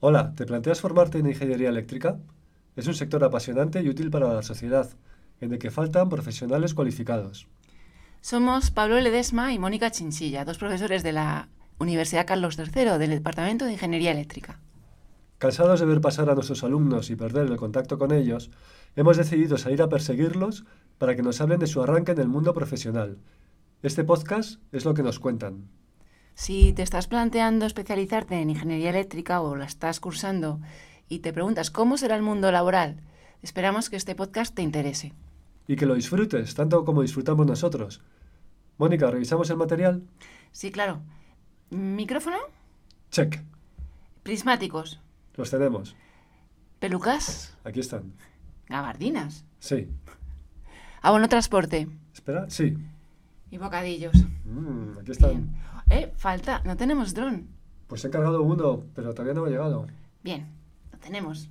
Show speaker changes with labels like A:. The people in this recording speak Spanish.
A: Hola, ¿te planteas formarte en ingeniería eléctrica? Es un sector apasionante y útil para la sociedad, en el que faltan profesionales cualificados.
B: Somos Pablo Ledesma y Mónica Chinchilla, dos profesores de la Universidad Carlos III del Departamento de Ingeniería Eléctrica.
A: Cansados de ver pasar a nuestros alumnos y perder el contacto con ellos, hemos decidido salir a perseguirlos para que nos hablen de su arranque en el mundo profesional. Este podcast es lo que nos cuentan.
B: Si te estás planteando especializarte en ingeniería eléctrica o la estás cursando y te preguntas cómo será el mundo laboral, esperamos que este podcast te interese.
A: Y que lo disfrutes, tanto como disfrutamos nosotros. Mónica, ¿revisamos el material?
B: Sí, claro. ¿Micrófono?
A: Check.
B: Prismáticos.
A: Los tenemos.
B: Pelucas.
A: Aquí están.
B: Gabardinas.
A: Sí.
B: Abono transporte.
A: Espera, sí.
B: Y bocadillos.
A: Mm, aquí están.
B: Bien. Eh, falta. No tenemos dron.
A: Pues he cargado uno, pero todavía no me ha llegado.
B: Bien, lo tenemos.